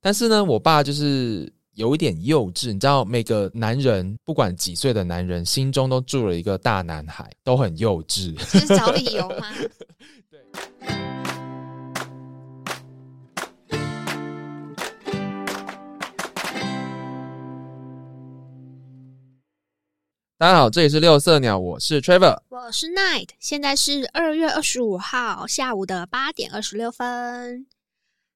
但是呢，我爸就是有一点幼稚，你知道，每个男人不管几岁的男人，心中都住了一个大男孩，都很幼稚。就是找理由吗？ 大家好，这里是六色鸟，我是 Trevor。我是 Night，现在是二月二十五号下午的八点二十六分。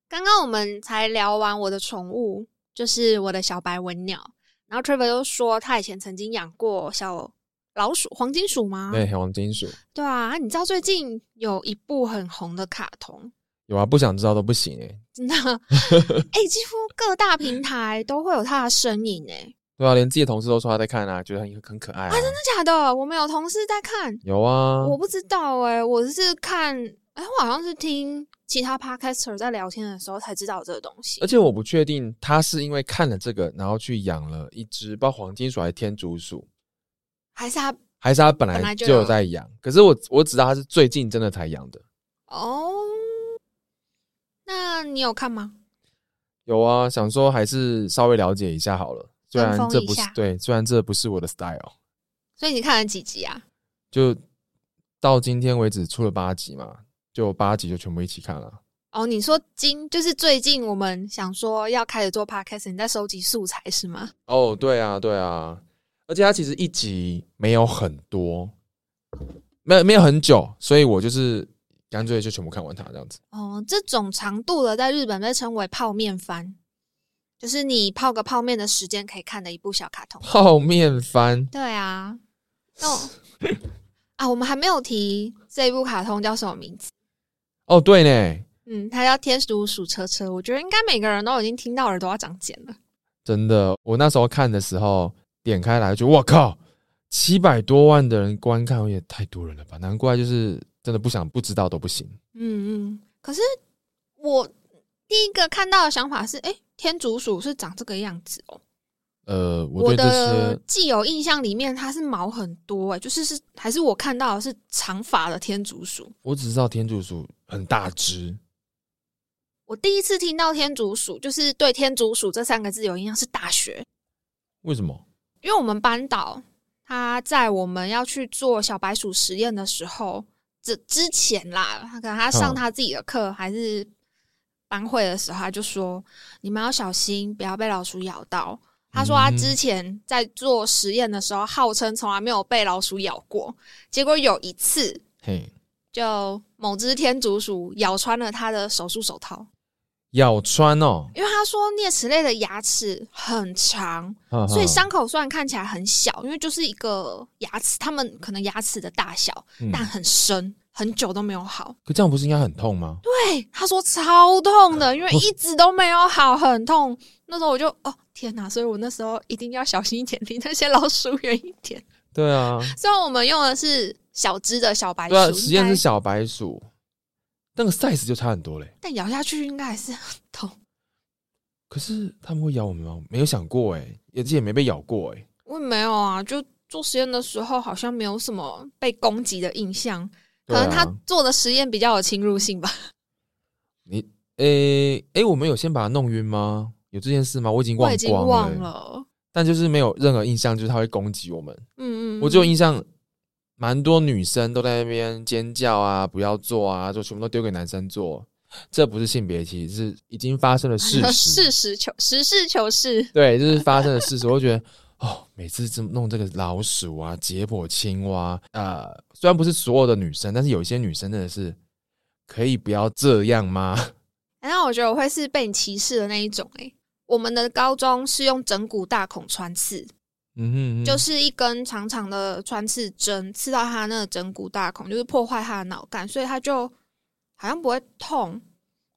刚刚我们才聊完我的宠物，就是我的小白文鸟。然后 Trevor 又说他以前曾经养过小老鼠，黄金鼠吗？对，哎黄金鼠对啊，你知道最近有一部很红的卡通，有啊，不想知道都不行哎、真的，哎、几乎各大平台都会有它的身影哎、对啊，连自己的同事都说他在看啊，觉得很很可爱啊。真的假的？我们有同事在看，有啊，我不知道哎、我是看哎、我好像是听其他 podcaster 在聊天的时候才知道有这个东西而。且我不确定他是因为看了这个，然后去养了一只，不知道黄金鼠还是天竺鼠，还是他还是他本来本来就就有有在养。可是我我只知道他是最近真的才养的。哦，那你有看吗？有啊，想说还是稍微了解一下好了。虽然跟风这一不是下对，虽然这不是我的 style，所以你看了几集啊？就到今天为止出了八集嘛，就八集就全部一起看了。哦，你说今就是最近我们想说要开始做 podcast，你在收集素材是吗？哦，对啊，对啊，而且它其实一集没有很多，没有没有很久，所以我就是干脆就全部看完它这样子。哦，这种长度的在日本被称为泡面番，就是你泡个泡面的时间可以看的一部小卡通。泡面番对啊，那我啊，我们还没有提这一部卡通叫什么名字。哦，对呢，嗯，它叫《天竺鼠车车》，我觉得应该每个人都已经听到耳朵要长茧了。真的，我那时候看的时候点开来就我靠，七百多万的人观看也太多人了吧？难怪就是真的不想不知道都不行。嗯嗯，可是我第一个看到的想法是，诶，天竺鼠是长这个样子哦。呃，我我对这的些既有印象里面，它是毛很多、诶，就是是还是我看到的是长发的天竺鼠。我只知道天竺鼠很大只，我第一次听到天竺鼠，就是对天竺鼠这三个字有印象是大学，为什么？因为我们班导他在我们要去做小白鼠实验的时候，之之前啦，他可能他上嗯他自己的课还是班会的时候，他就说你们要小心，不要被老鼠咬到。他说他嗯之前在做实验的时候，号称从来没有被老鼠咬过，结果有一次嘿，就某只天竺鼠咬穿了他的手术手套。咬穿哦，因为他说啮齿类的牙齿很长，哈哈所以伤口虽然看起来很小，因为就是一个牙齿，他们可能牙齿的大小，嗯但很深，很久都没有好。可这样不是应该很痛吗？对，他说超痛嗯的，因为一直都没有好，很痛。那时候我就哦天哪，所以我那时候一定要小心一点，离那些老鼠远一 点。对啊，虽然我们用的是小只的小白鼠，对啊啊，实验应该是小白鼠，那个 size 就差很多嘞。但咬下去应该还是很痛。可是他们会咬我们吗？没有想过哎，也自己也没被咬过哎。我也没有啊，就做实验的时候好像没有什么被攻击的印象，可对能他啊，做的实验比较有侵入性吧。你诶诶、我们有先把它弄晕吗？有这件事吗？我已经忘我光已经忘了欸，了，但就是没有任何印象，就是它会攻击我们。嗯嗯，我只有 嗯印象，蛮多女生都在那边尖叫啊，不要做啊，就全部都丢给男生做。这不是性别歧视，是已经发生了事实。事实求实事求是，对，这是发生的事实。我就觉得，哦，每次这么弄这个老鼠啊、解剖青蛙，呃，虽然不是所有的女生，但是有一些女生真的是可以不要这样吗？然哎后我觉得我会是被你歧视的那一种诶、我们的高中是用整骨大孔穿刺，嗯哼嗯哼，就是一根长长的穿刺针刺到他那个枕骨大孔，就是破坏他的脑干，所以他就好像不会痛，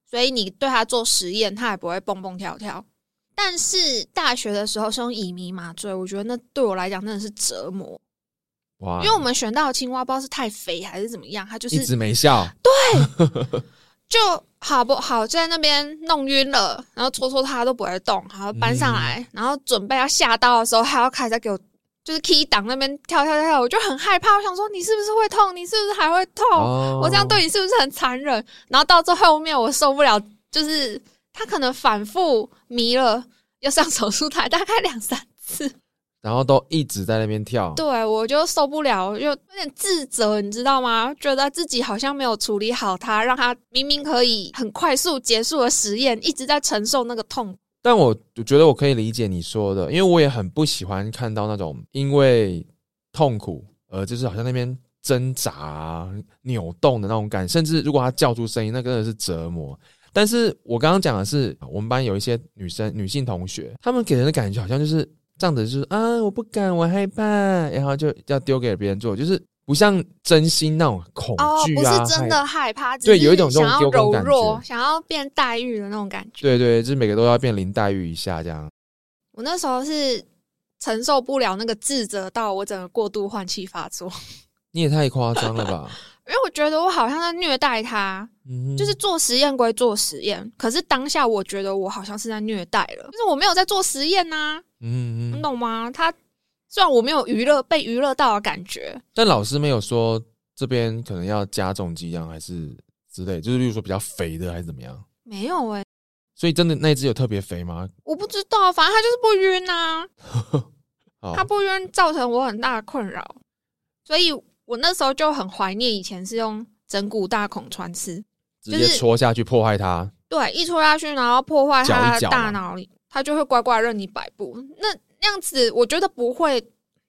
所以你对他做实验，他也不会蹦蹦跳跳。但是大学的时候是用乙醚麻醉，我觉得那对我来讲真的是折磨，哇，因为我们选到的青蛙不知道是太肥还是怎么样，它就啊一是直没笑，就好不好就在那边弄晕了，然后戳戳它都不会动，然后搬上来，然后准备要下刀的时候，还要开始在给我就是 key 档那边跳跳跳跳，我就很害怕，我想说你是不是会痛，你是不是还会痛？哦我这样对你是不是很残忍？然后到最后面我受不了，就是他可能反复迷了，要上手术台大概两三次。然后都一直在那边跳。对我就受不了，我就有点自责，你知道吗？觉得自己好像没有处理好它，让它明明可以很快速结束了实验，一直在承受那个痛苦。但我我觉得我可以理解你说的，因为我也很不喜欢看到那种因为痛苦而就是好像那边挣扎啊、扭动的那种感，甚至如果他叫出声音，那真的是折磨。但是我刚刚讲的是，我们班有一些女生、女性同学，她们给人的感觉好像就是这样子，就是啊，我不敢，我害怕，然后就要丢给别人做，就是不像真心那种恐哦，惧不啊，是真害的害怕，只对是有一种这想种要丢空柔感弱，觉想要变黛玉的那种感觉。对对，就是每个都要变林黛玉一下这样。我那时候是承受不了那个自责，到我整个过度换气发作，你也太夸张了 吧！因为我觉得我好像在虐待他。嗯哼，就是做实验归做实验，可是当下我觉得我好像是在虐待了，就是我没有在做实验啊呐、嗯你嗯嗯。懂吗？他虽然我没有娱乐被娱乐到的感觉，但老师没有说这边可能要加重剂量还是之类，就是例如说比较肥的还是怎么样。没有诶、所以真的那一只有特别肥吗？我不知道，反正他就是不晕呐、好哦他，不晕造成我很大的困扰，所以我那时候就很怀念以前是用整骨大孔穿刺，直就接是戳下去破坏它。对，一戳下去，然后破坏搅一他的搅大嘛脑里，他就会乖乖任你摆布。那那样子，我觉得不会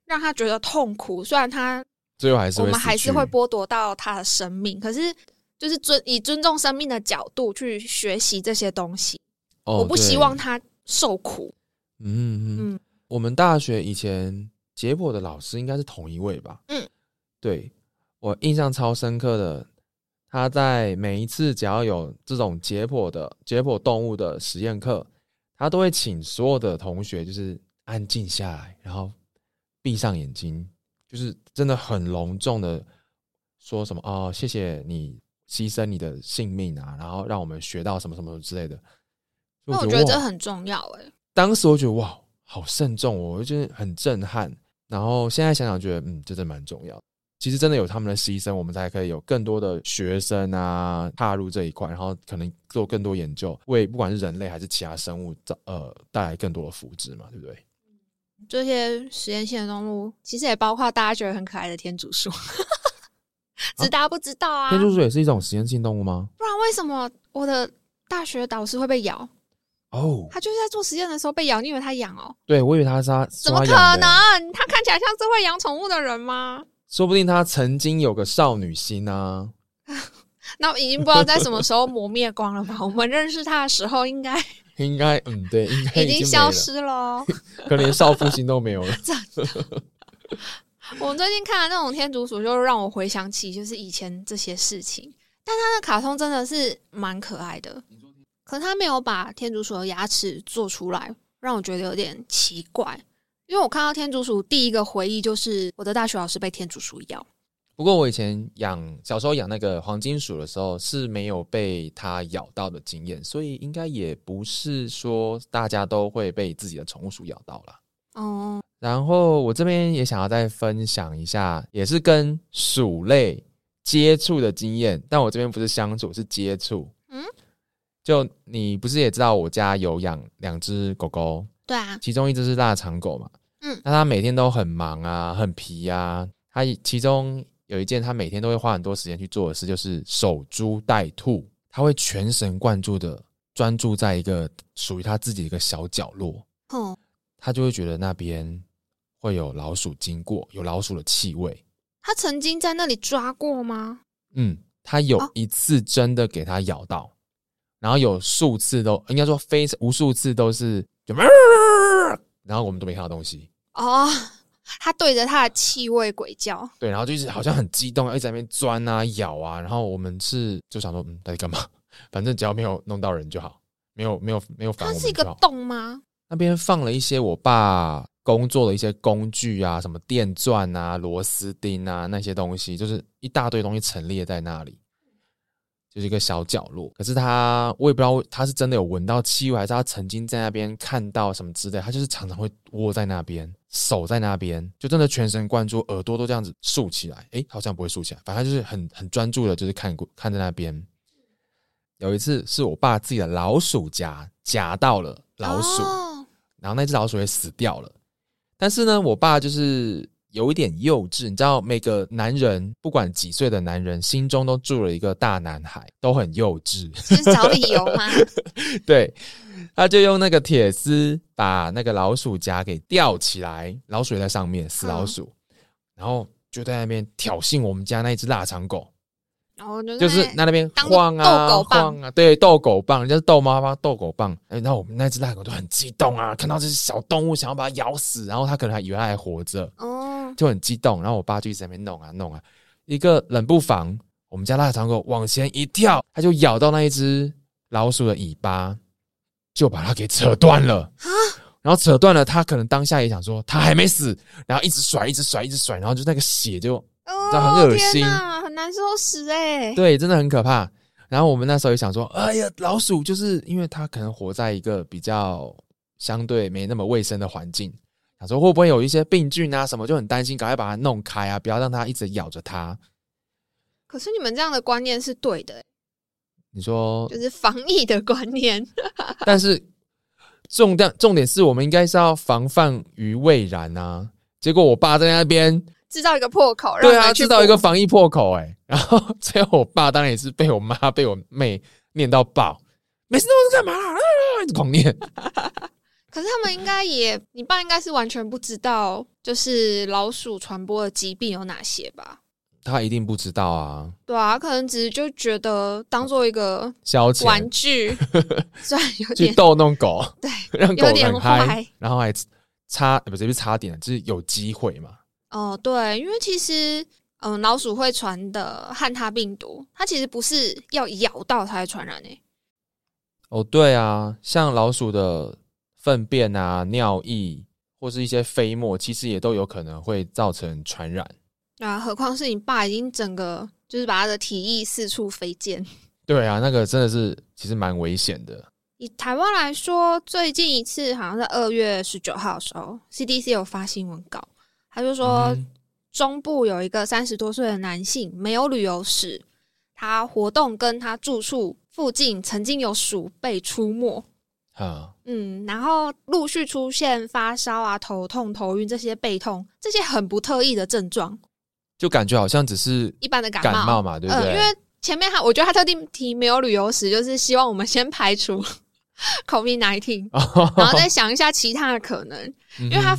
让他觉得痛苦，虽然他最后还是我会们死还是去会剥夺到他的生命，可是就是尊以尊重生命的角度去学习这些东西。哦我不对希望他受苦。嗯嗯嗯嗯，我们大学以前解剖的老师应该是同一位吧？嗯，对我印象超深刻的，他在每一次只要有这种解剖的解剖动物的实验课，他都会请所有的同学就是安静下来，然后闭上眼睛，就是真的很隆重的说什么哦，谢谢你牺牲你的性命啊，然后让我们学到什么什么之类的。所以那我觉得哇这很重要、欸，当时我觉得哇，好慎重哦，我就觉得很震撼。然后现在想想，觉得嗯，这真的蛮重要的。其实真的有他们的牺牲，我们才可以有更多的学生啊踏入这一块，然后可能做更多研究，为不管是人类还是其他生物造呃带来更多的福祉嘛，对不对？这些实验性的动物，其实也包括大家觉得很可爱的天竺 鼠，只是大家不知道啊。天竺鼠也是一种实验性动物吗？不然为什么我的大学导师会被咬？哦，他就是在做实验的时候被咬，你以为他痒哦？哦对，我以为它是它，怎么可说它养的？能？他看起来像是会养宠物的人吗？说不定它曾经有个少女心啊。那我已经不知道在什么时候磨灭光了吧？我们认识他的时候，应该应该，嗯，对，应该已已经没经消了，失了哦。可能连少妇心都没有了。我最近看的那种天竺鼠，就让我回想起就是以前这些事情。但它的卡通真的是蛮可爱的，可它没有把天竺鼠的牙齿做出来，让我觉得有点奇怪。因为我看到天竺鼠，第一个回忆就是我的大学老师被天竺鼠咬。不过我以前养小时候养那个黄金鼠的时候是没有被它咬到的经验，所以应该也不是说大家都会被自己的宠物鼠咬到啦。哦、然后我这边也想要再分享一下，也是跟鼠类接触的经验，但我这边不是相处，是接触。嗯嗯，就你不是也知道我家有养两只狗狗，对啊，其中一只是腊肠狗嘛，嗯嗯，那它每天都很忙啊，很皮啊。它其中有一件，它每天都会花很多时间去做的事，就是守株待兔。它会全神贯注的专注在一个属于它自己的一个小角落，哦，它就会觉得那边会有老鼠经过，有老鼠的气味。它曾经在那里抓过吗？嗯，它有哦一次真的给它咬到，然后有数次都应该说非常无数次都是就，然后我们都没看到东西。哦，它对着它的气味鬼叫。对，然后就一直好像很激动，一直在那边钻啊、咬啊。然后我们是就想说，嗯，到底干嘛？ 反正只要没有弄到人就好，没有没有没有烦它我是一们就个好。洞吗？那边放了一些我爸工作的一些工具啊，什么电钻啊、螺丝钉啊那些东西，就是一大堆东西陈列在那里，就是一个小角落。可是他我也不知道他是真的有闻到气味，还是他曾经在那边看到什么之类，他就是常常会窝在那边，手在那边，就真的全神贯注，耳朵都这样子竖起来。诶，好像不会竖起来，反正他就是很很专注的，就是看过看在那边。有一次是我爸自己的老鼠夹夹到了老鼠，哦然后那只老鼠也死掉了。但是呢，我爸就是有一点幼稚，你知道，每个男人不管几岁的男人，心中都住了一个大男孩，都很幼稚。 先找理由嘛。对，他就用那个铁丝把那个老鼠夹给吊起来，老鼠也在上面，死老鼠，然后就在那边挑衅我们家那一只腊肠狗，然后就就是那那那边当晃啊斗狗棒晃啊，对，斗狗棒，人家是斗妈妈斗狗棒。哎，然后我们那只大狗就很激动啊，看到这只小动物想要把它咬死，然后它可能还以为它还活着，哦，就很激动。然后我爸就一直在那边弄啊弄啊，一个冷不防，我们家腊肠狗往前一跳，它就咬到那一只老鼠的尾巴，就把它给扯断了。啊然后扯断了，它可能当下也想说它还没死，然后一直甩，一直甩，一直甩，然后就那个血就这哦，很恶心天哪，很难收拾哎。对，真的很可怕。然后我们那时候也想说，哎呀，老鼠就是因为它可能活在一个比较相对没那么卫生的环境，想说会不会有一些病菌啊什么，就很担心，赶快把它弄开啊，不要让它一直咬着它。可是你们这样的观念是对的欸，你说就，是防疫的观念。 但是重点重点是我们应该是要防范于未然啊。结果我爸在那边，制造一个破口，让对我啊，们去制造一补个防疫破口、欸，然后 最后我爸当然也是被我妈、被我妹念到爆，每次都是干嘛啦、啊一直狂念。可是他们应该也，你爸应该是完全不知道，就是老鼠传播的疾病有哪些吧？他一定不知道啊，对啊，可能只是就觉得当做一个消遣 玩具，虽然有去点逗弄狗， 对，让狗有点很嗨，坏。然后还插呃不是不是插点，就是有机会嘛。哦，对，因为其实嗯、呃老鼠会传的汉他病毒，它其实不是要咬到才会传染欸诶、哦，对啊，像老鼠的粪便啊、尿液或是一些飞沫，其实也都有可能会造成传染。啊，何况是你爸已经整个就是把他的体液四处飞溅。对啊，那个真的是其实蛮危险的。以台湾来说，最近一次好像在二月十九号的时候，CDC 有发新闻稿，他就说嗯中部有一个三十多岁的男性没有旅游史，他活动跟他住处附近曾经有鼠被出没，啊，嗯，然后陆续出现发烧啊、头痛、头晕这些背痛，这些很不特意的症状，就感觉好像只是一般的感感冒，冒嘛，对不嗯、对？ 因为前面他我觉得他特地提没有旅游史，就是希望我们先排除 COVID nineteen。然嗯后再想一下其他的可能，因因为他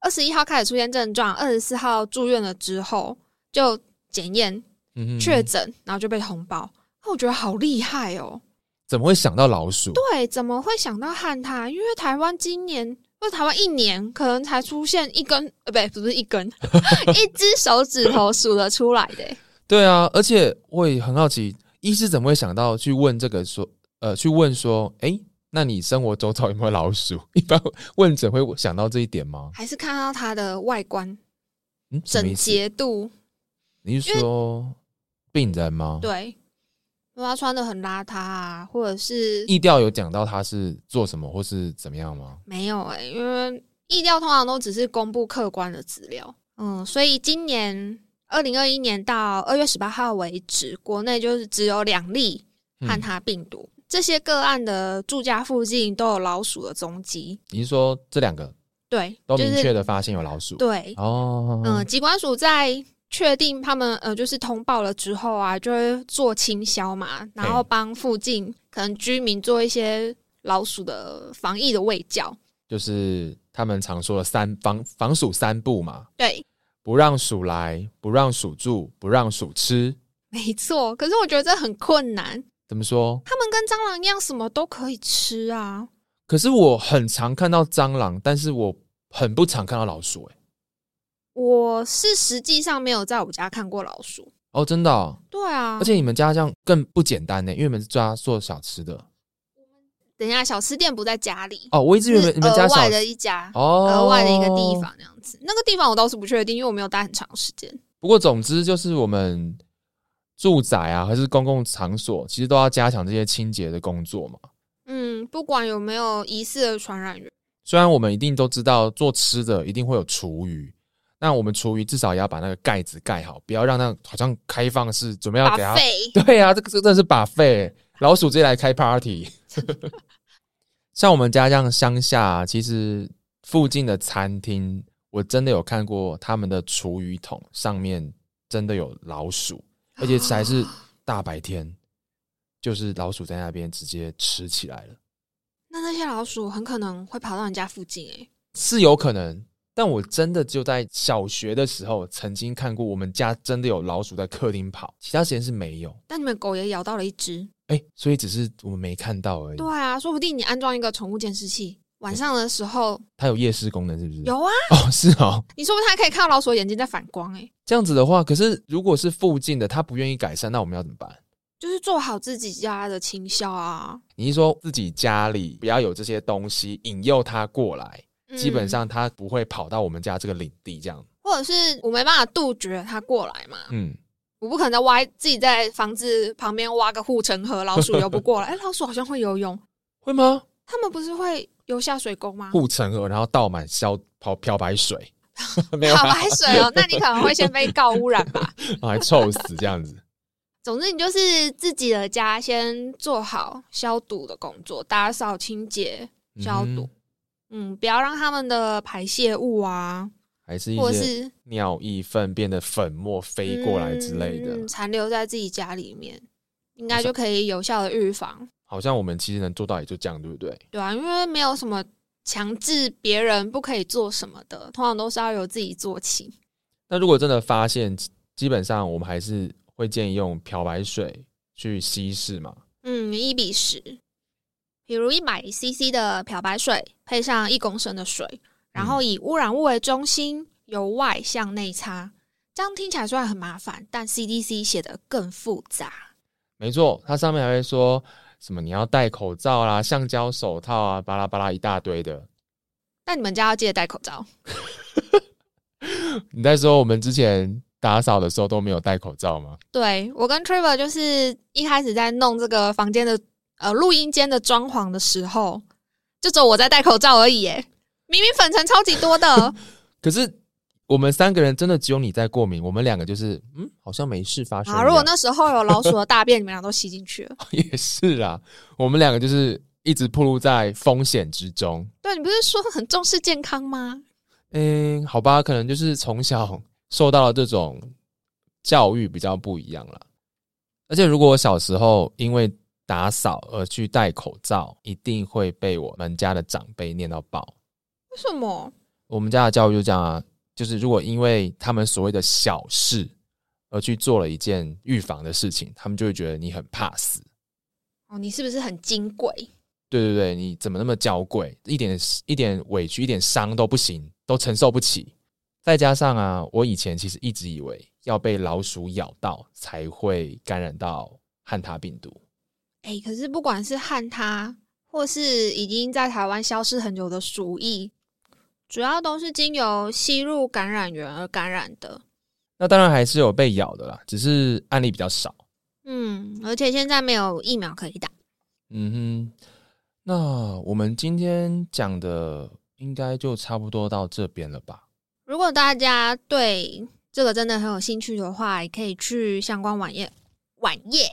二十一号开始出现症状，二十四号住院了之后就检验嗯确诊，然后就被通报。那我觉得好厉害哦！怎么会想到老鼠？对，怎么会想到汉他？因为台湾今年或者台湾一年可能才出现一根，呃，不对，不是一根，一只手指头数得出来的。欸对啊，而且我也很好奇，医师怎么会想到去问这个说，呃，去问说，诶，那你生活周遭有没有老鼠？ 一般问诊会想到这一点吗？还是看到它的外观嗯，什么整意思？洁度，你是说病人吗？，对，因为它穿的很邋遢啊，或者是意调有讲到他是做什么或是怎么样吗？没有哎、因为意料通常都只是公布客观的资料，嗯，所以今年二零二一年到二月十八号为止，国内就是只有两例汉嗯、他病毒，这些个案的住家附近都有老鼠的踪迹，你是说这两个对，都就明确是的发现有老鼠？对，哦，嗯，疾管署在。确定他们呃，就是通报了之后啊，就会做清消嘛，然后嘿帮附近可能居民做一些老鼠的防疫的喂教。就是他们常说的三防防鼠三不嘛，对，不让鼠来，不让鼠住，不让鼠吃。没错，可是我觉得这很困难。怎么说？它们跟蟑螂一样，什么都可以吃啊。可是我很常看到蟑螂，但是我很不常看到老鼠、欸。我是实际上没有在我们家看过老鼠。哦，真的哦、对啊，而且你们家这样更不简单欸呢、因为你们是抓做小吃的。等一下，小吃店不在家里，哦，我一直以是为你们家额小外吃的一家，哦，额外的一个地。方那样子。那个地方我倒是不确定，因为我没有待很长时间。不过总之就是我们住宅啊，还是公共场所，其实都要加强这些清洁的工作嘛。嗯，不管有没有疑似的传染源，虽然我们一定都知道做吃的一定会有厨余，那我们厨余至少也要把那个盖子盖好，不要让那好像开放式准备要把给它肺 啊对呀、这个这真的是把费，欸老鼠直接来开 party。像我们家这样乡下啊、其实附近的餐厅，我真的有看过他们的厨余桶上面真的有老鼠，而且还是大白天，就是老鼠在那边直接吃起来了，那那些老鼠很可能会跑到你家附近、欸，是有可能。但我真的就在小学的时候曾经看过，我们家真的有老鼠在客厅跑，其他时间是没有。但你们狗也咬到了一只。哎、所以只是我们没看到而已对。啊，说不定你安装一个宠物监视器，嗯晚上的时候它有夜视功能是不是？有啊，哦，是哦。你说不定还可以看到老鼠的眼睛在反光、欸，这样子的话，可是如果是附近的他不愿意改善，那我们要怎么办？就是做好自己家的倾销啊。你是说自己家里不要有这些东西引诱他过来，嗯基本，上他不会跑到我们家这个领地这样。或者是我没办法杜绝它过来嘛，嗯，我不可能再挖自己在房子旁边挖个护城河，老鼠游不过来。哎、 老鼠好像会游泳，会吗？它们不是会游下水沟吗？护城河，然后倒满消漂漂白 水，没有好啊，哦白水哦，那你可能会先被告污染吧。还臭死这样子。总之，你就是自己的家先做好消毒的工作，打扫、清洁、嗯消毒。嗯不要让他们的排泄物啊，还是或一者些是尿液、粪便的粉末飞过来之类的，嗯残留在自己家里面，应该就可以有效的预防，好像我们其实能做到也就这样，对不对？对啊，因为没有什么强制别人不可以做什么的，通常都是要由自己做起。那如果真的发现，基本上我们还是会建议用漂白水去稀释嘛。嗯，一比十，比如一百 CC 的漂白水配上一公升的水，然后以污染物为中心，由外向内擦。这样听起来虽然很麻烦，但 CDC 写的更复杂。没错，它上面还会说什么你要戴口罩啦、橡胶手套啊，巴拉巴拉一大堆的。但你们家要记得戴口罩，你在说我们之前打扫的时候都没有戴口罩吗？对我跟 Trevor 就是一开始在弄这个房间的呃录音间的装潢的时候，就只有我在戴口罩而已耶。明明粉尘超级多的，可是我们三个人真的只有你在过敏，我们两个就是嗯，好像没事发生一好，样。啊如果那时候有老鼠的大便，你们俩都吸进去了。 也是啊，我们两个就是一直暴露在风险之中。对你不是说很重视健康吗？嗯，好吧，可能就是从小受到了这种教育比较不一样啦。而且，如果我小时候因为打扫而去戴口罩，一定会被我们家的长辈念到爆。为什么？我们家的教育就这样啊，就是如果因为他们所谓的小事而去做了一件预防的事情，他们就会觉得你很怕死。哦，你是不是很金贵？对对对，你怎么那么娇贵？一点一点委屈、一点伤都不行，都承受不起。再加上啊，我以前其实一直以为要被老鼠咬到才会感染到汉他病毒，哎、可是不管是汉它，或是已经在台湾消失很久的鼠疫，主要都是经由吸入感染源而感染的。那当然还是有被咬的啦，只是案例比较少。嗯，而且现在没有疫苗可以打。嗯哼，那我们今天讲的应该就差不多到这边了吧？如果大家对这个真的很有兴趣的话，也可以去相关网页、网页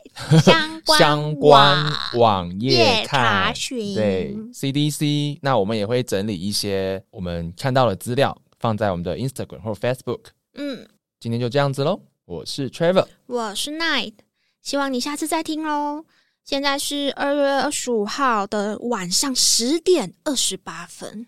相关相关网网页页查看。询。对 CDC，那我们也会整理一些我们看到的资料，放在我们的 Instagram 或 Facebook。嗯，今天就这样子喽，我是 Trevor，我是 Night，希望你下次再听喽。现在是二月二十五号的晚上十点二十八分。